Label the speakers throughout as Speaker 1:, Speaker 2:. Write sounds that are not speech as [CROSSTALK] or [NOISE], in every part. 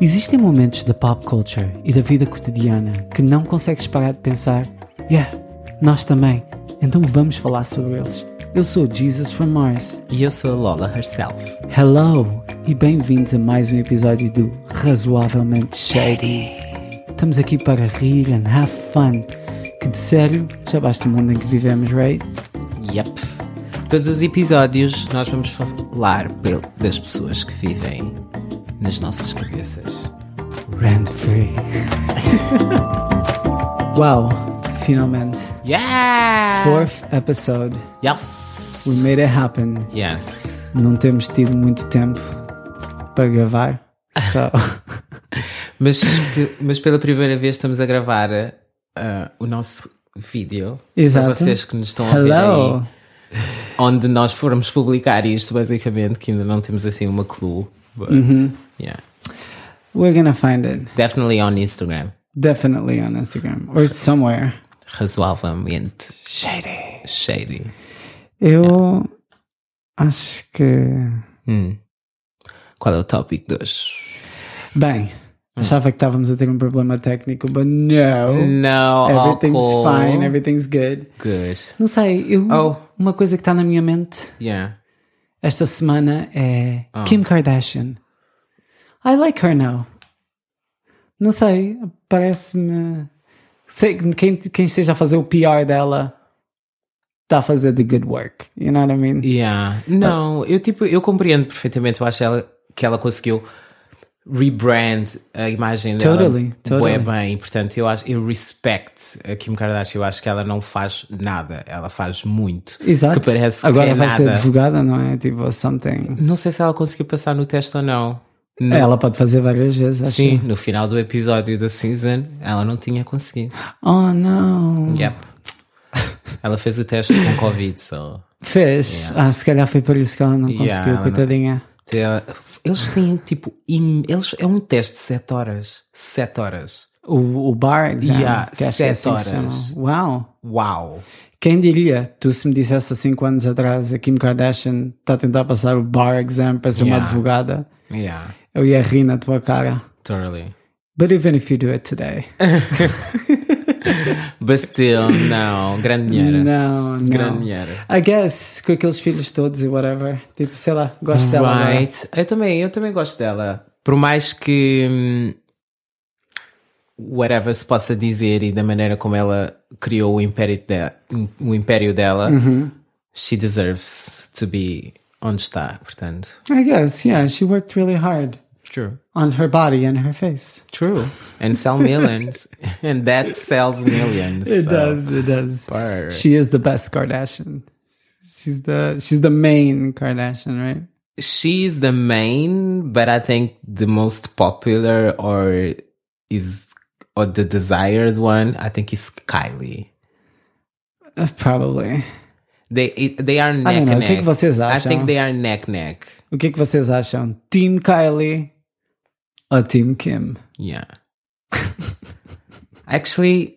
Speaker 1: Existem momentos da pop culture e da vida cotidiana que não consegues parar de pensar, yeah, nós também, então vamos falar sobre eles. Eu sou Jesus from Mars.
Speaker 2: E eu sou a Lola herself.
Speaker 1: Hello e bem-vindos a mais um episódio do Razoavelmente Shady. Estamos aqui para rir and have fun, que de sério já basta o mundo em que vivemos, right?
Speaker 2: Yep. Todos os episódios nós vamos falar pel- das pessoas que vivem nas nossas cabeças.
Speaker 1: Rent free. [LAUGHS] wow, finalmente.
Speaker 2: Yeah!
Speaker 1: Fourth episode.
Speaker 2: Yes!
Speaker 1: We made it happen.
Speaker 2: Yes.
Speaker 1: Não temos tido muito tempo para gravar. So,
Speaker 2: Mas, pe- mas pela primeira vez estamos a gravar ah, o nosso vídeo.
Speaker 1: Exato.
Speaker 2: Para vocês que nos estão a ver
Speaker 1: hello.
Speaker 2: aí. Onde nós formos publicar isto, basicamente, que ainda não temos assim uma clue. But,
Speaker 1: Uhum.
Speaker 2: yeah.
Speaker 1: We're gonna find it.
Speaker 2: Definitely on Instagram.
Speaker 1: Definitely on Instagram or somewhere.
Speaker 2: Razoavelmente
Speaker 1: Shady.
Speaker 2: shady.
Speaker 1: Eu acho que.
Speaker 2: Hum. Qual é o tópico de hoje?
Speaker 1: Bem, achava que estávamos a ter um problema técnico, but
Speaker 2: Hum.
Speaker 1: no.
Speaker 2: Não,
Speaker 1: Everything's
Speaker 2: álcool.
Speaker 1: fine, everything's good.
Speaker 2: Good.
Speaker 1: Não sei, eu,
Speaker 2: Oh.
Speaker 1: uma coisa que está na minha mente
Speaker 2: Yeah.
Speaker 1: esta semana é
Speaker 2: Ah.
Speaker 1: Kim Kardashian. I like her now. Não sei, parece-me. Sei que quem, quem esteja a fazer o PR dela está a fazer the good work. You know what I mean?
Speaker 2: Yeah. Não, eu tipo, eu compreendo perfeitamente. Eu acho ela, que ela conseguiu rebrand a imagem dela.
Speaker 1: Totally, totally.
Speaker 2: bué bem. Portanto, eu acho, eu respect a Kim Kardashian. Eu acho que ela não faz nada. Ela faz muito.
Speaker 1: Exato.
Speaker 2: Que parece
Speaker 1: Agora
Speaker 2: que é
Speaker 1: vai
Speaker 2: nada.
Speaker 1: ser advogada, não é? Tipo, something.
Speaker 2: Não sei se ela conseguiu passar no teste ou não.
Speaker 1: Ela pode fazer várias vezes, acho.
Speaker 2: Sim, no final do episódio da season, ela não
Speaker 1: [SIGHS]
Speaker 2: tinha conseguido.
Speaker 1: Oh, não.
Speaker 2: Yep. Ela fez o teste com Covid, só.
Speaker 1: Fez. Ah, se calhar foi por isso que ela não conseguiu,
Speaker 2: ela não-
Speaker 1: coitadinha.
Speaker 2: Eles têm tipo. im- Eles, é um teste de 7 horas. 7 horas.
Speaker 1: O, o bar exam,
Speaker 2: Yeah,
Speaker 1: que acho que é assim
Speaker 2: sete
Speaker 1: que se chama.
Speaker 2: horas.
Speaker 1: Uau.
Speaker 2: Uau!
Speaker 1: Quem diria, tu se me dissesse há 5 anos atrás a Kim Kardashian está a tentar passar o bar exam para ser
Speaker 2: Yeah.
Speaker 1: uma advogada,
Speaker 2: Yeah,
Speaker 1: eu ia rir na tua cara.
Speaker 2: totally.
Speaker 1: But even if you do it today.
Speaker 2: But still, não. Grande dinheiro.
Speaker 1: Não, não.
Speaker 2: Grande dinheiro.
Speaker 1: I guess, com aqueles filhos todos e whatever. Tipo, sei lá, gosto dela. agora.
Speaker 2: Right. Eu também, eu também gosto dela. Por mais que. hum, Whatever se possa dizer e da maneira como ela criou o império, de, o império dela, she deserves to be onde está, portanto.
Speaker 1: I guess, yeah, she worked really hard
Speaker 2: True.
Speaker 1: on her body and her face.
Speaker 2: True. And
Speaker 1: [LAUGHS]
Speaker 2: sell millions. and that sells millions.
Speaker 1: It
Speaker 2: so.
Speaker 1: does, it does.
Speaker 2: Burr.
Speaker 1: She is the best Kardashian. She's the she's the main Kardashian, right?
Speaker 2: She's the main, but I think the most popular or is or the desired one, I think is Kylie.
Speaker 1: Uh, Probably.
Speaker 2: They it- they are
Speaker 1: don't
Speaker 2: neck
Speaker 1: know.
Speaker 2: and
Speaker 1: O que é
Speaker 2: neck.
Speaker 1: que vocês
Speaker 2: I
Speaker 1: acham?
Speaker 2: think they are neck neck.
Speaker 1: O que é que vocês acham? Team Kylie ou Team Kim? [LAUGHS]
Speaker 2: Yeah. Actually,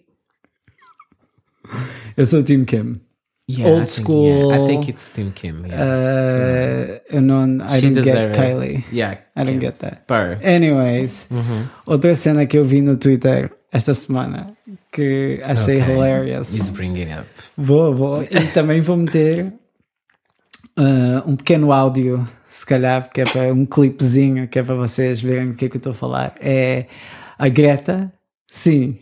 Speaker 1: Eu sou Team Kim.
Speaker 2: yeah,
Speaker 1: Old
Speaker 2: I think,
Speaker 1: school,
Speaker 2: yeah, I think it's Tim Kim. Yeah.
Speaker 1: Uh, eu não. I
Speaker 2: She
Speaker 1: don't get
Speaker 2: deserve it.
Speaker 1: Kylie.
Speaker 2: yeah.
Speaker 1: I don't
Speaker 2: Kim. Uhum.
Speaker 1: get that.
Speaker 2: Burr.
Speaker 1: Anyways, outra cena que eu vi no Twitter esta semana que achei
Speaker 2: Okay.
Speaker 1: hilarious.
Speaker 2: He's bringing up.
Speaker 1: Vou, vou. E também vou meter ah, um pequeno áudio, se calhar, que é para um clipezinho, que é para vocês verem do que é que eu estou a falar. É a Greta, sim,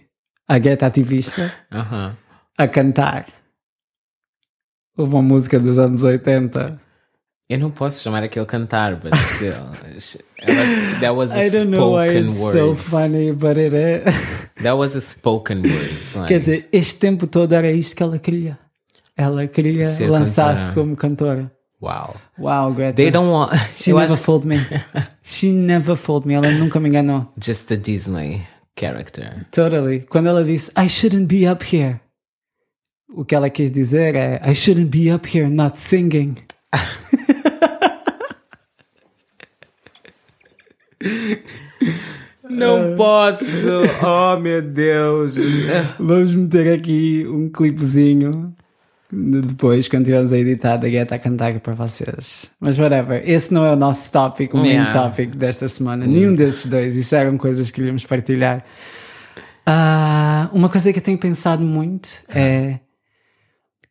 Speaker 1: a Greta ativista,
Speaker 2: Uh huh.
Speaker 1: a cantar uma música dos anos 80.
Speaker 2: Eu não posso chamar aquilo cantar, but still. ela, that was a
Speaker 1: I don't
Speaker 2: spoken
Speaker 1: know why it's
Speaker 2: word.
Speaker 1: so funny, but it is.
Speaker 2: That was a spoken word. Like,
Speaker 1: Quer dizer, este tempo todo era isto que ela queria. Ela queria
Speaker 2: Ser
Speaker 1: lançar-se
Speaker 2: cantora.
Speaker 1: como cantora.
Speaker 2: wow.
Speaker 1: Wow, Greta.
Speaker 2: They don't want.
Speaker 1: [LAUGHS] She
Speaker 2: eu
Speaker 1: never
Speaker 2: acho-
Speaker 1: fooled
Speaker 2: [LAUGHS]
Speaker 1: me. She never fooled me. Ela nunca me enganou.
Speaker 2: just a Disney character.
Speaker 1: Totally. Quando ela disse I shouldn't be up here, o que ela quis dizer é I shouldn't be up here not singing.
Speaker 2: Não
Speaker 1: Ah.
Speaker 2: posso. Oh meu Deus.
Speaker 1: Vamos meter aqui um clipezinho depois, quando tivermos a editar, a Guetta a cantar para vocês. Mas whatever, esse não é o nosso tópico, o main
Speaker 2: Yeah.
Speaker 1: tópico desta semana. Nenhum desses dois. Isso eram coisas que queríamos partilhar. Ah, uma coisa que eu tenho pensado muito é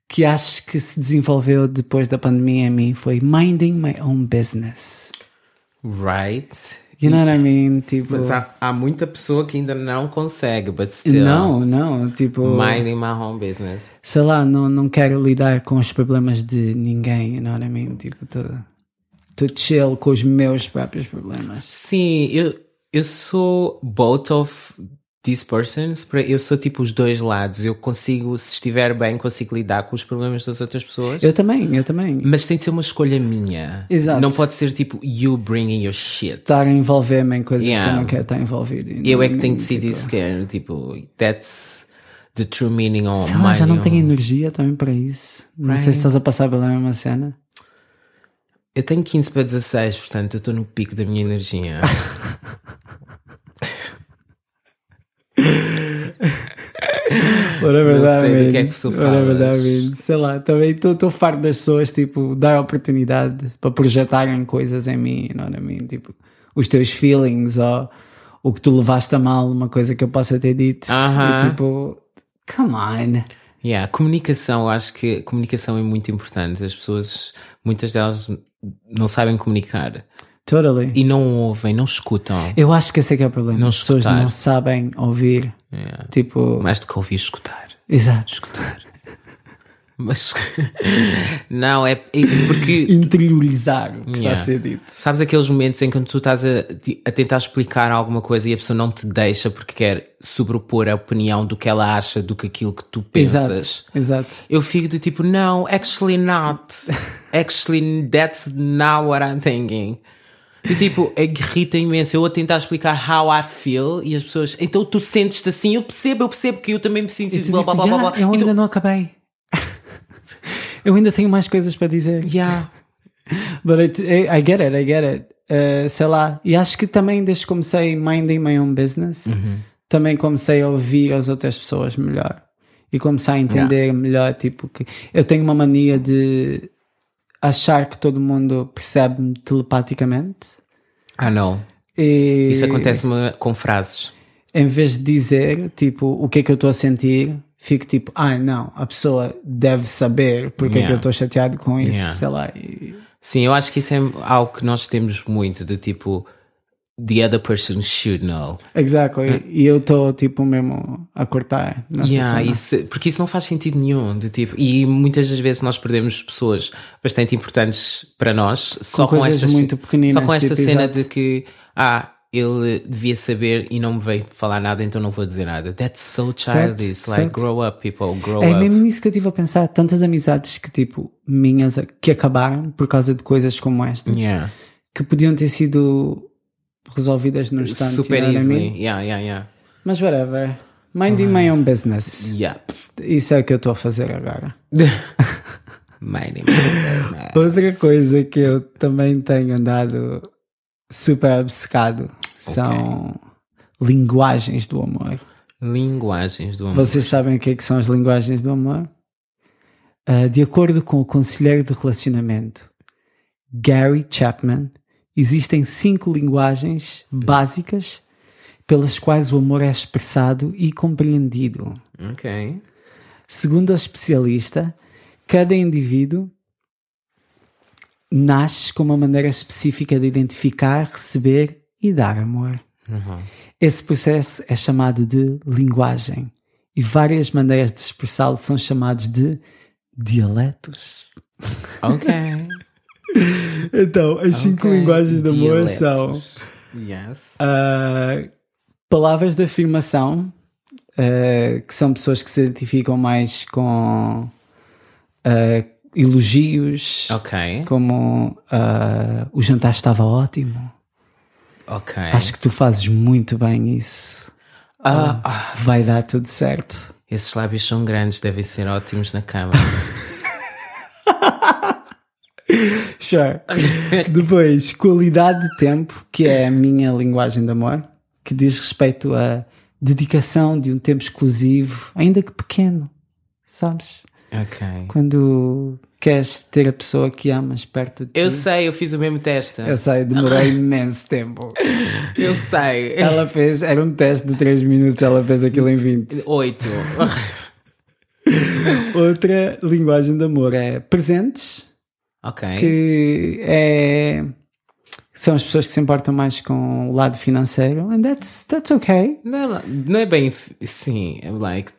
Speaker 1: que acho que se desenvolveu depois da pandemia em mim foi minding my own business.
Speaker 2: Right?
Speaker 1: You know what I mean? Tipo,
Speaker 2: Mas ah, há, há muita pessoa que ainda não consegue, but still.
Speaker 1: não, não, tipo,
Speaker 2: Minding my home business.
Speaker 1: sei lá, não, não quero lidar com os problemas de ninguém, you know what I mean? Tipo, estou chill com os meus próprios problemas.
Speaker 2: Sim, eu, eu sou both of these persons. pra- Eu sou tipo os dois lados. Eu consigo, se estiver bem, consigo lidar com os problemas das outras pessoas.
Speaker 1: Eu também, eu também.
Speaker 2: Mas tem de ser uma escolha minha.
Speaker 1: Exato. Tá.
Speaker 2: Não pode ser tipo you bringing your shit.
Speaker 1: Estar a envolver-me em coisas que eu
Speaker 2: Yeah.
Speaker 1: não quero estar envolvido. you know
Speaker 2: Eu é
Speaker 1: what
Speaker 2: que
Speaker 1: I
Speaker 2: tenho
Speaker 1: mean?
Speaker 2: de decidir
Speaker 1: Tipo,
Speaker 2: se quero. Tipo, that's the true meaning of
Speaker 1: Sei lá, já não
Speaker 2: mine.
Speaker 1: tenho energia também para isso. Não sei se estás a passar pela mesma cena.
Speaker 2: Eu tenho 15 para 16, portanto eu estou no pico da
Speaker 1: [LAUGHS]
Speaker 2: minha energia.
Speaker 1: Whatever
Speaker 2: Não
Speaker 1: that
Speaker 2: sei do
Speaker 1: means.
Speaker 2: que é que tu
Speaker 1: Whatever that
Speaker 2: falas.
Speaker 1: means. Sei lá, também estou farto das pessoas, tipo, dar oportunidade para projetarem coisas em mim, you know what I mean? Tipo, os teus feelings ou o que tu levaste a mal, uma coisa que eu possa ter dito.
Speaker 2: Aham.
Speaker 1: E, tipo, come on.
Speaker 2: Yeah, comunicação, eu acho que comunicação é muito importante. As pessoas, muitas delas não sabem comunicar
Speaker 1: Totally.
Speaker 2: e não ouvem, não escutam.
Speaker 1: Eu acho que esse é que é o problema.
Speaker 2: Não
Speaker 1: As pessoas
Speaker 2: escutar.
Speaker 1: não sabem ouvir.
Speaker 2: Yeah.
Speaker 1: Tipo,
Speaker 2: Mais do que ouvir, escutar.
Speaker 1: exato.
Speaker 2: Escutar. Mas [LAUGHS] não, é, é porque
Speaker 1: Interiorizar o que está
Speaker 2: Yeah.
Speaker 1: a ser dito.
Speaker 2: sabes aqueles momentos em que tu estás a, a tentar explicar alguma coisa e a pessoa não te deixa porque quer sobrepor a opinião do que ela acha do que aquilo que tu pensas.
Speaker 1: Exato. Exato.
Speaker 2: Eu fico do tipo, não,
Speaker 1: [LAUGHS]
Speaker 2: actually not. Actually, that's not what I'm thinking. E tipo, é que irrita imenso. Eu a tentar explicar how I feel e as pessoas, então tu sentes-te assim, eu percebo, eu percebo que eu também preciso de
Speaker 1: Tu
Speaker 2: blá
Speaker 1: tipo,
Speaker 2: blá blá blá.
Speaker 1: "Yeah, Eu
Speaker 2: E tu,
Speaker 1: ainda não acabei. [LAUGHS] eu ainda tenho mais coisas para dizer.
Speaker 2: yeah.
Speaker 1: But it, I I get it, I get it. Uh, sei lá. E acho que também desde que comecei minding my own business,
Speaker 2: Uhum.
Speaker 1: também comecei a ouvir as outras pessoas melhor. E comecei a entender melhor, tipo, que eu tenho uma mania de achar que todo mundo percebe-me telepaticamente.
Speaker 2: Ah, não.
Speaker 1: E
Speaker 2: Isso é acontece-me com frases.
Speaker 1: em vez de dizer, tipo, o que é que eu estou a sentir, fico tipo, ah, não, a pessoa deve saber porque é que
Speaker 2: Yeah.
Speaker 1: eu estou chateado com isso,
Speaker 2: Yeah.
Speaker 1: sei lá. e-
Speaker 2: Sim, eu acho que isso é algo que nós temos muito, do tipo, the other person should know.
Speaker 1: Exactly. E eu estou, tipo, mesmo a cortar. Nessa
Speaker 2: É. Yeah,
Speaker 1: cena.
Speaker 2: isso- porque isso não faz sentido nenhum, do tipo, e muitas das vezes nós perdemos pessoas bastante importantes para nós só com,
Speaker 1: coisas
Speaker 2: estas-
Speaker 1: muito pequeninas,
Speaker 2: só com esta
Speaker 1: tipo,
Speaker 2: cena
Speaker 1: exato.
Speaker 2: de que ah, ele devia saber e não me veio falar nada, então não vou dizer nada. That's so childish,
Speaker 1: Certo,
Speaker 2: like
Speaker 1: certo.
Speaker 2: grow up, people, grow
Speaker 1: É
Speaker 2: up.
Speaker 1: mesmo nisso que eu estive a pensar. Tantas amizades que, tipo, minhas, a- que acabaram por causa de coisas como estas,
Speaker 2: Yeah.
Speaker 1: que podiam ter sido resolvidas no instante.
Speaker 2: Super
Speaker 1: you know what I mean?
Speaker 2: easily. Yeah, yeah, yeah.
Speaker 1: Mas whatever. Minding my
Speaker 2: Uhum.
Speaker 1: own business.
Speaker 2: Yeah.
Speaker 1: Isso é o que eu estou a fazer agora.
Speaker 2: My name is Batman.
Speaker 1: Outra coisa que eu também tenho andado super obcecado são linguagens do amor.
Speaker 2: Linguagens do amor.
Speaker 1: Vocês sabem o que, é que são as linguagens do amor? Ah, de acordo com o conselheiro de relacionamento Gary Chapman, existem cinco linguagens básicas pelas quais o amor é expressado e compreendido.
Speaker 2: Ok.
Speaker 1: Segundo o especialista, cada indivíduo nasce com uma maneira específica de identificar, receber e dar amor. Uhum. Esse processo é chamado de linguagem e várias maneiras de expressá-lo são chamados de dialetos.
Speaker 2: Ok.
Speaker 1: Então, as [LAUGHS] cinco
Speaker 2: Ok.
Speaker 1: linguagens de amor é
Speaker 2: Dialetos.
Speaker 1: são
Speaker 2: Yes.
Speaker 1: Uh, palavras de afirmação, uh, que são pessoas que se identificam mais com uh, elogios,
Speaker 2: É Ok.
Speaker 1: como uh, o jantar estava ótimo.
Speaker 2: Ok.
Speaker 1: Acho que tu fazes muito bem isso.
Speaker 2: Ah,
Speaker 1: Vai dar tudo certo.
Speaker 2: Esses lábios são grandes, devem ser ótimos
Speaker 1: [LAUGHS]
Speaker 2: na cama.
Speaker 1: Sure. [LAUGHS] Depois, qualidade de tempo, que é a minha linguagem de amor, que diz respeito à dedicação de um tempo exclusivo, ainda que pequeno, sabes?
Speaker 2: Ok.
Speaker 1: Quando queres ter a pessoa que amas perto de ti.
Speaker 2: Eu sei, eu fiz o mesmo teste.
Speaker 1: Eu sei, demorou
Speaker 2: [LAUGHS]
Speaker 1: imenso tempo.
Speaker 2: Eu sei.
Speaker 1: Ela fez, era um teste de 3 minutos, ela fez aquilo em 20. [LAUGHS]
Speaker 2: Oito.
Speaker 1: Outra linguagem de amor é presentes,
Speaker 2: ok.
Speaker 1: que é, são as pessoas que se importam mais com o lado financeiro, and that's, that's okay.
Speaker 2: Não, é- não é bem. f- Sim, é like.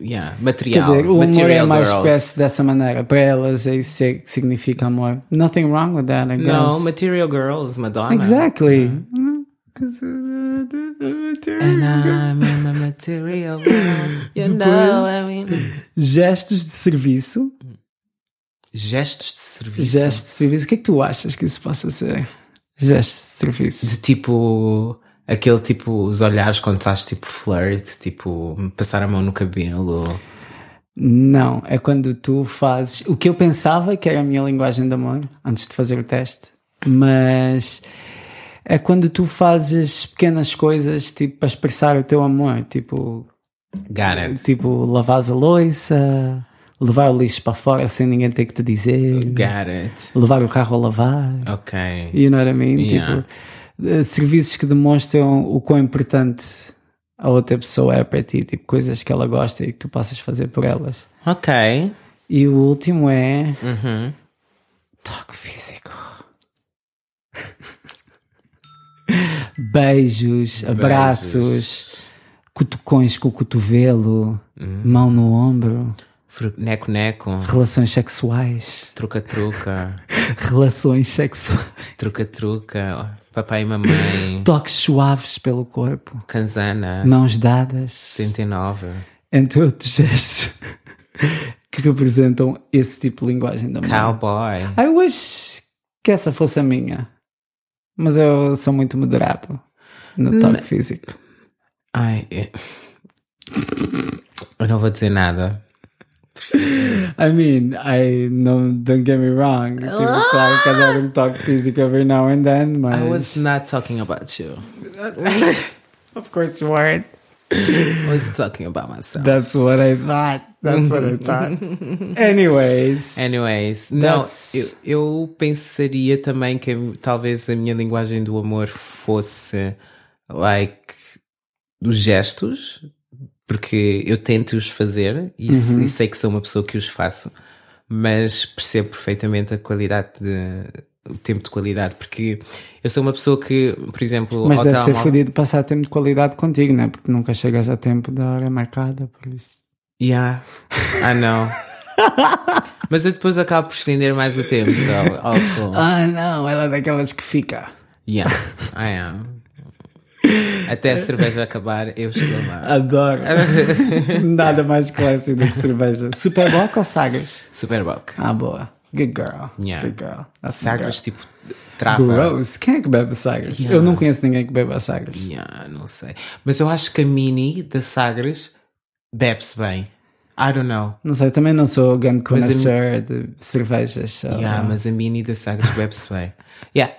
Speaker 2: Yeah,
Speaker 1: Quer
Speaker 2: material.
Speaker 1: dizer, o amor é
Speaker 2: material
Speaker 1: mais
Speaker 2: girls.
Speaker 1: expresso dessa maneira. Para elas, é isso é que significa amor. Nothing wrong with that, I guess.
Speaker 2: Não, Material é. Girls, Madonna.
Speaker 1: Exactly.
Speaker 2: And I'm in a material girl. You know, I mean.
Speaker 1: Gestos de serviço.
Speaker 2: Gestos de serviço.
Speaker 1: Gestos de serviço. O que é que tu achas que isso possa ser? Gestos de serviço.
Speaker 2: De tipo. Aquele tipo, os olhares quando estás tipo flirt, tipo, passar a mão no cabelo.
Speaker 1: Não, é quando tu fazes o que eu pensava que era a minha linguagem de amor antes de fazer o teste, mas é quando tu fazes pequenas coisas tipo para expressar o teu amor, tipo
Speaker 2: Got it.
Speaker 1: Tipo, lavar a louça, levar o lixo para fora sem ninguém ter que te dizer,
Speaker 2: Got it.
Speaker 1: levar o carro a lavar,
Speaker 2: Ok.
Speaker 1: you know what I mean?
Speaker 2: Yeah.
Speaker 1: Tipo, eh, serviços que demonstram o quão importante a outra pessoa é para ti, tipo, coisas que ela gosta e que tu possas fazer por elas.
Speaker 2: Ok.
Speaker 1: E o último é. Toque físico. Beijos, abraços, cutucões com o cotovelo, mão no ombro,
Speaker 2: Fru- Neco-neco.
Speaker 1: relações sexuais.
Speaker 2: Truca-truca.
Speaker 1: [LAUGHS] Relações sexuais.
Speaker 2: Truca-truca. Papai e mamãe.
Speaker 1: Toques suaves pelo corpo,
Speaker 2: Canzana.
Speaker 1: mãos dadas,
Speaker 2: 69.
Speaker 1: entre outros gestos [LAUGHS] que representam esse tipo de linguagem da mão.
Speaker 2: Cowboy.
Speaker 1: I wish que essa fosse a minha. Mas eu sou muito moderado no toque físico.
Speaker 2: Ai. é- Eu não vou dizer nada.
Speaker 1: I mean, I no, don't get me wrong. Tipo, claro que adoro um toque físico every now and then, mas.
Speaker 2: I was not talking about you.
Speaker 1: Of course you weren't.
Speaker 2: I was talking about myself.
Speaker 1: That's what I thought. That's what
Speaker 2: [LAUGHS]
Speaker 1: I thought. Anyways.
Speaker 2: Anyways, não,
Speaker 1: That's-
Speaker 2: eu, eu pensaria também que a- talvez a minha linguagem do amor fosse like dos gestos, porque eu tento os fazer e, se-
Speaker 1: Uhum.
Speaker 2: e sei que sou uma pessoa que os faço, mas percebo perfeitamente a qualidade de. O tempo de qualidade, porque eu sou uma pessoa que, por exemplo,
Speaker 1: mas
Speaker 2: ao
Speaker 1: deve ser
Speaker 2: telemóvel-
Speaker 1: fodido passar tempo de qualidade contigo, né? Porque nunca chegas a tempo da hora marcada, por isso.
Speaker 2: Yeah, I
Speaker 1: [LAUGHS]
Speaker 2: know. Mas eu depois acabo por estender mais o tempo, so, oh, cool.
Speaker 1: Ah, não, ela é daquelas que fica.
Speaker 2: Yeah, I am. Até a cerveja acabar, eu estou lá. [LAUGHS]
Speaker 1: Adoro. Nada mais clássico do que cerveja. Superboc ou Sagres?
Speaker 2: Superboc.
Speaker 1: Ah, boa. Good girl.
Speaker 2: Yeah.
Speaker 1: Good girl. That's
Speaker 2: Sagres, tipo,
Speaker 1: a
Speaker 2: trava.
Speaker 1: girl. Gross. Quem é que bebe Sagres? Eu não conheço ninguém que beba Sagres.
Speaker 2: Yeah, não sei. Mas eu acho que a mini da Sagres bebe-se bem. I don't know.
Speaker 1: Não sei, também não sou grande connoisseur de cervejas. so-
Speaker 2: Yeah, mas a mini da Sagres bebe-se bem. Yeah.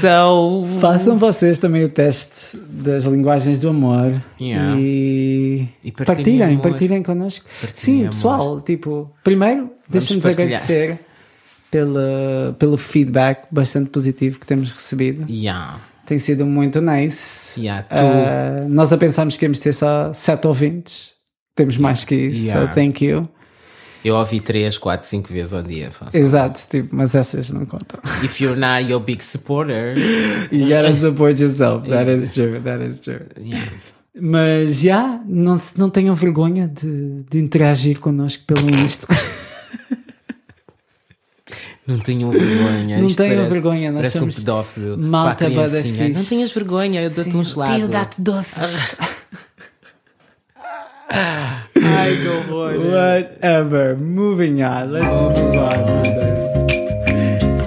Speaker 2: So.
Speaker 1: Façam vocês também o teste das linguagens do amor
Speaker 2: Yeah.
Speaker 1: e,
Speaker 2: E partilhem
Speaker 1: partilhem,
Speaker 2: amor.
Speaker 1: partilhem connosco. Sim,
Speaker 2: amor.
Speaker 1: pessoal, tipo, primeiro deixem-nos
Speaker 2: partilhar.
Speaker 1: agradecer pela, pelo feedback bastante positivo que temos recebido.
Speaker 2: Yeah.
Speaker 1: Tem sido muito nice.
Speaker 2: Yeah, tu.
Speaker 1: Ah, nós a pensarmos que íamos ter só sete ouvintes. Temos mais que isso,
Speaker 2: Yeah.
Speaker 1: so thank you.
Speaker 2: Eu ouvi 3, 4, 5 vezes
Speaker 1: [LAUGHS]
Speaker 2: ao dia. Afonso.
Speaker 1: Exato, tipo, mas essas não contam.
Speaker 2: If you're not your big supporter.
Speaker 1: You gotta [LAUGHS] support yourself. That is true, that is true.
Speaker 2: Yeah.
Speaker 1: Mas já, não, se- não tenham vergonha de, de interagir connosco pelo Insta.
Speaker 2: Não tenham vergonha.
Speaker 1: Não
Speaker 2: Isto
Speaker 1: tenham
Speaker 2: parece-
Speaker 1: vergonha, nós
Speaker 2: Parece um
Speaker 1: somos
Speaker 2: pedófilo.
Speaker 1: malta
Speaker 2: Para a criancinha.
Speaker 1: bué da
Speaker 2: Não
Speaker 1: fixe.
Speaker 2: tenhas vergonha, eu dou-te um gelado.
Speaker 1: doces.
Speaker 2: [LAUGHS] Ai, que horror.
Speaker 1: Whatever. Moving on. Let's move on with this.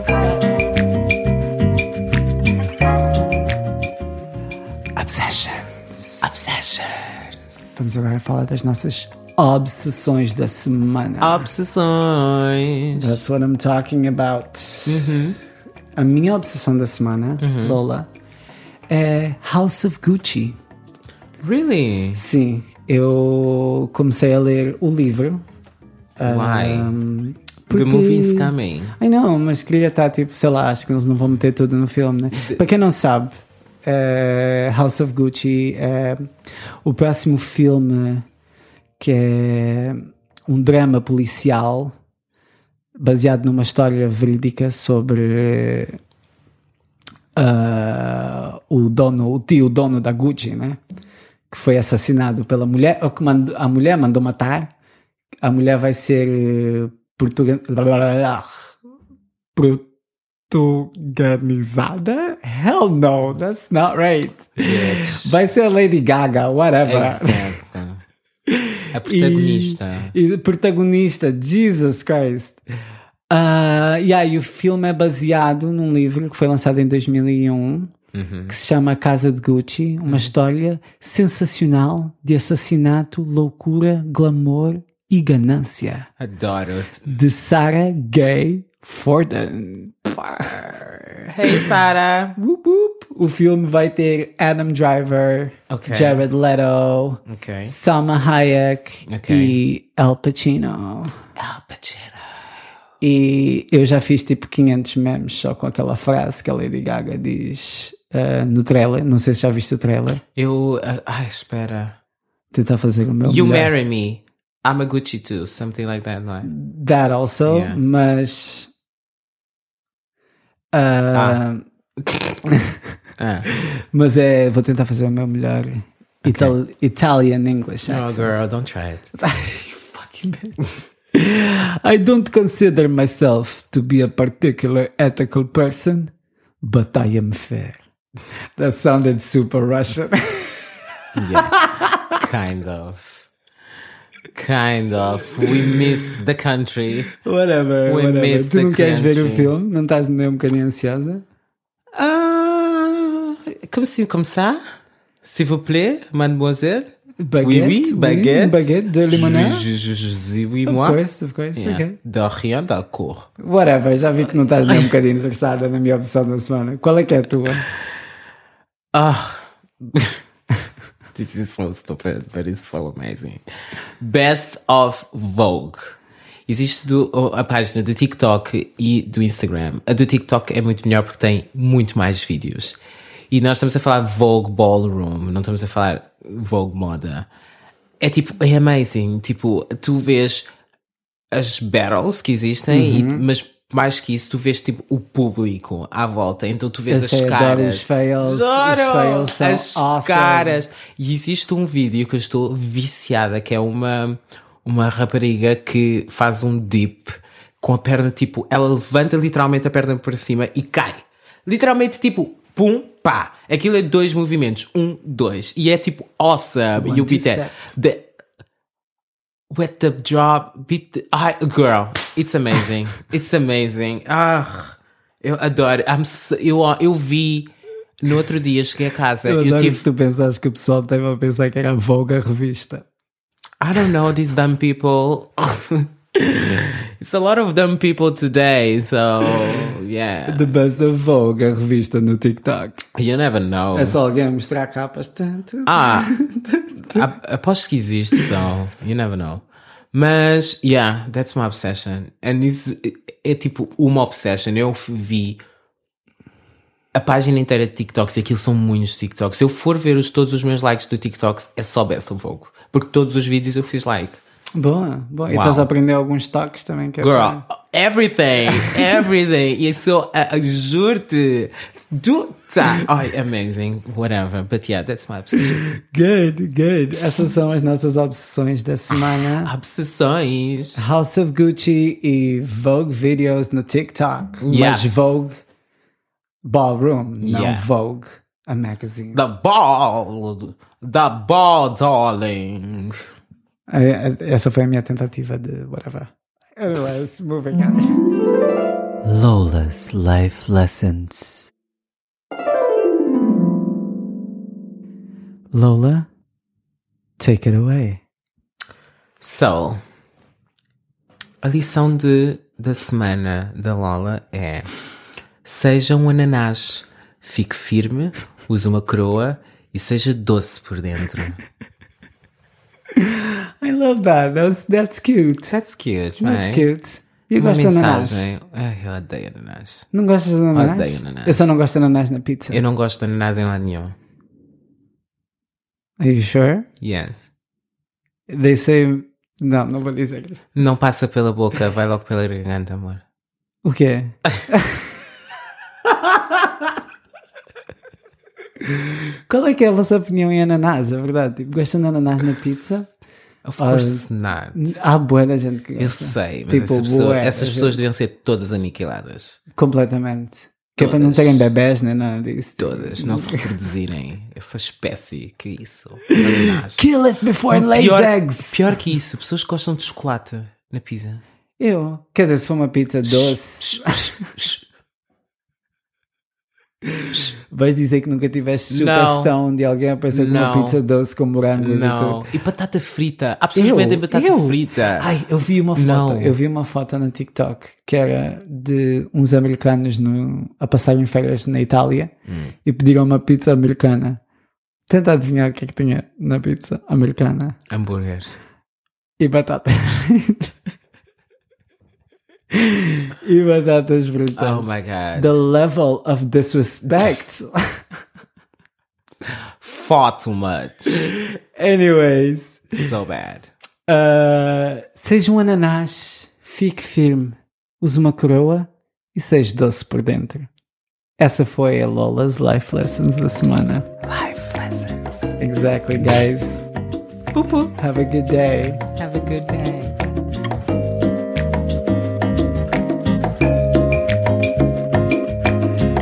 Speaker 1: Obsessions. Obsessions. Vamos agora falar das nossas obsessões da semana.
Speaker 2: Obsessões.
Speaker 1: That's what I'm talking about.
Speaker 2: Uhum.
Speaker 1: A minha obsessão da semana, Lola, é House of Gucci. Ah.
Speaker 2: Really?
Speaker 1: Sim, eu comecei a ler o livro um,
Speaker 2: Why?
Speaker 1: Ah, porque-
Speaker 2: Ah, é? The movie is coming.
Speaker 1: Ai não, mas queria estar tipo, sei lá, acho que eles não vão meter tudo no filme, né? Para quem não sabe, eh, House of Gucci é o próximo filme que é um drama policial baseado numa história verídica sobre ah, o dono, o tio dono da Gucci, né? Que foi assassinado pela mulher, ou que mandou- a mulher mandou matar. A mulher vai ser eh, portuga- portuganizada? Hell no, that's not right.
Speaker 2: Yes.
Speaker 1: Vai ser a Lady Gaga, whatever.
Speaker 2: É Exato. A protagonista.
Speaker 1: E, e protagonista, Jesus Christ. Ah, e aí, o filme é baseado num livro que foi lançado em 2001 que se chama A Casa de Gucci uma história sensacional de assassinato, loucura, glamour e ganância
Speaker 2: Adoro.
Speaker 1: de Sarah Gay Forden.
Speaker 2: Hey, Sara.
Speaker 1: Whoop, whoop. O filme vai ter Adam Driver,
Speaker 2: Ok.
Speaker 1: Jared Leto,
Speaker 2: Ok.
Speaker 1: Salma Hayek
Speaker 2: Ok.
Speaker 1: e Al Pacino.
Speaker 2: Al Pacino.
Speaker 1: E eu já fiz tipo 500 memes só com aquela frase que a Lady Gaga diz eh, no trailer. Não sei se já viste o trailer.
Speaker 2: Eu. ah, ai, espera.
Speaker 1: Tentar fazer o meu
Speaker 2: You
Speaker 1: melhor.
Speaker 2: marry me. I'm a Gucci too. Something like that, não é?
Speaker 1: That also,
Speaker 2: Yeah.
Speaker 1: mas. ah,
Speaker 2: Ah.
Speaker 1: eh, [LAUGHS] Mas é. Vou tentar fazer o meu melhor. Ital- Italian English
Speaker 2: No,
Speaker 1: accent.
Speaker 2: Oh, girl, don't try it.
Speaker 1: You fucking bitch. I don't consider myself to be a particular ethical person, but I am fair. That sounded super Russian.
Speaker 2: Kind of. Kind of. We miss the country.
Speaker 1: [LAUGHS] Whatever,
Speaker 2: We
Speaker 1: whatever.
Speaker 2: miss
Speaker 1: Tu
Speaker 2: the
Speaker 1: não queres ver o
Speaker 2: country.
Speaker 1: filme? Não estás nem um bocadinho ansiosa?
Speaker 2: Ah, como se comme ça? S'il vous plaît, mademoiselle.
Speaker 1: Baguette,
Speaker 2: oui, oui,
Speaker 1: oui,
Speaker 2: baguette.
Speaker 1: baguette de limonade.
Speaker 2: Je, je, je, je dis oui, moi.
Speaker 1: Of course, of course,
Speaker 2: Yeah.
Speaker 1: ok.
Speaker 2: De rien, d'accord.
Speaker 1: Whatever, já vi que não estás nem um bocadinho interessada na minha opção da semana. Qual é que é a tua?
Speaker 2: Ah. [LAUGHS] This is so stupid, but it's so amazing. Best of Vogue. Existe do- a página do TikTok e do Instagram. A do TikTok é muito melhor porque tem muito mais vídeos. E nós estamos a falar Vogue Ballroom, não estamos a falar Vogue Moda. É tipo, é amazing. Tipo, tu vês as battles que existem, e-
Speaker 1: Uhum.
Speaker 2: mas mais que isso, tu vês tipo o público à volta. Então tu vês
Speaker 1: Eu
Speaker 2: as
Speaker 1: sei, adoro
Speaker 2: caras.
Speaker 1: os fails. Os
Speaker 2: Adoro
Speaker 1: fails são
Speaker 2: as
Speaker 1: awesome.
Speaker 2: caras. E existe um vídeo que eu estou viciada, que é uma, uma rapariga que faz um dip com a perna, tipo, ela levanta literalmente a perna para cima e cai. Literalmente, tipo, pum, pá. Aquilo é dois movimentos. Um, dois. E é tipo, awesome.
Speaker 1: One,
Speaker 2: e o
Speaker 1: two,
Speaker 2: beat é...
Speaker 1: step.
Speaker 2: The, wet the drop, beat the... Ai, girl,
Speaker 1: [LAUGHS]
Speaker 2: it's amazing. it's amazing. Ah, eu adoro. I'm so- eu, eu vi... No outro dia cheguei a casa,
Speaker 1: Eu
Speaker 2: eu,
Speaker 1: adoro
Speaker 2: tive
Speaker 1: que tu pensaste que o pessoal estava a pensar que era a Vogue a revista.
Speaker 2: I don't know these dumb people.
Speaker 1: [LAUGHS]
Speaker 2: it's a lot of dumb people today, so yeah.
Speaker 1: The Best of Vogue, a revista no TikTok.
Speaker 2: You never know.
Speaker 1: É só alguém mostrar capas. Tum, tum.
Speaker 2: Ah, ap- aposto que existe, so you never know. Mas, yeah, that's my obsession. And isso é, é tipo uma obsession. Eu vi a página inteira de TikToks e aquilo são muitos TikToks. Se eu for ver os, todos os meus likes do TikToks, é só Best of Vogue. Porque todos os vídeos eu fiz like.
Speaker 1: Boa, boa. E estás a aprender alguns toques também. Que é
Speaker 2: Girl,
Speaker 1: bom.
Speaker 2: everything, everything. E so, uh, juro-te, do tá. Ai, amazing, whatever. But yeah, that's my obsession.
Speaker 1: Good, good. Essas são as nossas obsessões da semana.
Speaker 2: Obsessões.
Speaker 1: House of Gucci e Vogue videos no TikTok.
Speaker 2: Yeah.
Speaker 1: Mas Vogue Ballroom, não
Speaker 2: Yeah.
Speaker 1: Vogue a magazine.
Speaker 2: The ball, the ball, darling.
Speaker 1: Eh, eh, Essa foi a minha tentativa de whatever. Anyways, moving on.
Speaker 3: Lola's Life Lessons.
Speaker 1: Lola, take it away.
Speaker 2: So, a lição de, da semana da Lola é: seja um ananás, fique firme, use uma coroa e seja doce por dentro.
Speaker 1: I love that. That's, that's cute.
Speaker 2: That's cute, não
Speaker 1: That's
Speaker 2: é?
Speaker 1: cute. E eu
Speaker 2: Uma
Speaker 1: gosto de ananás.
Speaker 2: mensagem. Ai, eu odeio ananás.
Speaker 1: Não gostas de ananás?
Speaker 2: Odeio ananás.
Speaker 1: Eu só não gosto de ananás na pizza.
Speaker 2: Eu não gosto de ananás em lado nenhum.
Speaker 1: Are you sure?
Speaker 2: Yes.
Speaker 1: They say... Não, não vou dizer isso.
Speaker 2: Não passa pela boca, vai logo pela garganta, amor.
Speaker 1: O
Speaker 2: [LAUGHS]
Speaker 1: quê? Qual é que é a vossa opinião em ananás, é verdade? Tipo, gostam de ananás na pizza?
Speaker 2: Of course not.
Speaker 1: Há boa da gente que gosta.
Speaker 2: Eu sei, mas
Speaker 1: Tipo,
Speaker 2: essas, pessoas,
Speaker 1: bué,
Speaker 2: essas
Speaker 1: a
Speaker 2: pessoas deviam ser todas aniquiladas.
Speaker 1: Completamente. Que é para
Speaker 2: Todas.
Speaker 1: não terem bebés nem nada disso.
Speaker 2: Todas,
Speaker 1: [LAUGHS]
Speaker 2: não se reproduzirem. Essa espécie, que isso? Ananás.
Speaker 1: Kill it before it lays
Speaker 2: pior,
Speaker 1: eggs.
Speaker 2: pior que isso, pessoas que gostam de chocolate na pizza.
Speaker 1: Eu. Quer dizer, se for uma pizza doce, [LAUGHS] vais dizer que nunca tiveste
Speaker 2: Não.
Speaker 1: sugestão de alguém aparecer com
Speaker 2: Não.
Speaker 1: uma pizza doce com morangos e
Speaker 2: Não.
Speaker 1: tudo.
Speaker 2: E batata frita. Há pessoas que vendem batata
Speaker 1: eu?
Speaker 2: frita.
Speaker 1: Ai, eu vi uma foto.
Speaker 2: Não.
Speaker 1: Eu vi uma foto na TikTok que era de uns americanos no- a passarem férias na Itália e pediram uma pizza americana. Tenta adivinhar o que é que tinha na pizza americana.
Speaker 2: Hambúrguer.
Speaker 1: E batata frita. e batatas fritas.
Speaker 2: Oh my god.
Speaker 1: The level of disrespect. [LAUGHS]
Speaker 2: Fought too much.
Speaker 1: Anyways,
Speaker 2: So bad.
Speaker 1: uh, seja um ananás, fique firme, use uma coroa e seja doce por dentro. Essa foi a Lola's Life Lessons da semana.
Speaker 2: Life lessons.
Speaker 1: Exactly, guys.
Speaker 2: Poo-poo.
Speaker 1: Have a good day.
Speaker 2: Have a good day.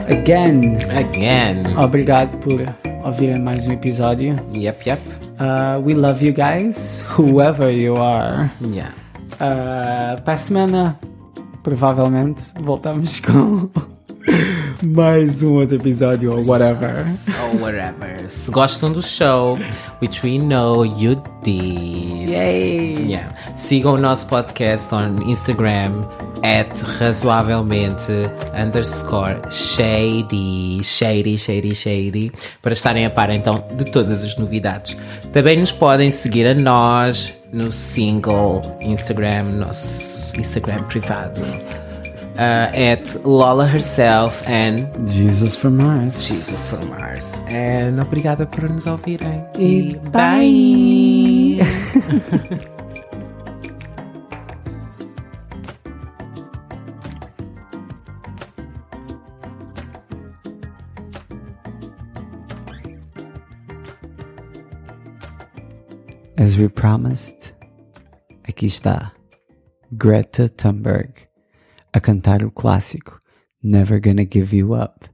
Speaker 1: Again,
Speaker 2: Again.
Speaker 1: obrigado por ouvirem mais um episódio.
Speaker 2: Yep, yep.
Speaker 1: Uh, we love you guys, whoever you are.
Speaker 2: Yeah.
Speaker 1: Uh, para a semana, provavelmente, voltamos [LAUGHS] com mais um outro episódio ou whatever.
Speaker 2: Or whatever. Se gostam do show, which we know you did.
Speaker 1: Yay.
Speaker 2: Yeah. Sigam o nosso podcast on Instagram at razoavelmente underscore shady, shady, shady, shady, para estarem a par então de todas as novidades. Também nos podem seguir a nós no single Instagram, nosso Instagram privado. Uh, at Lola herself and
Speaker 1: Jesus from Mars.
Speaker 2: Jesus from Mars. And obrigada por nos ouvirem.
Speaker 1: E
Speaker 2: bye.
Speaker 1: As we promised, aqui está Greta Thunberg a cantar o clássico Never Gonna Give You Up.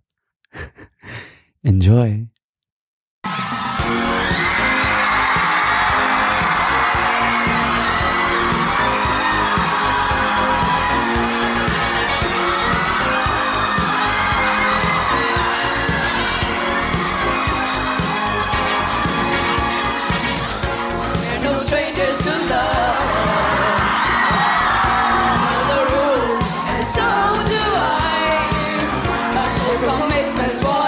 Speaker 1: [LAUGHS] Enjoy!
Speaker 4: We're no strangers to love. I know the rules, and so do I. A full commitment's what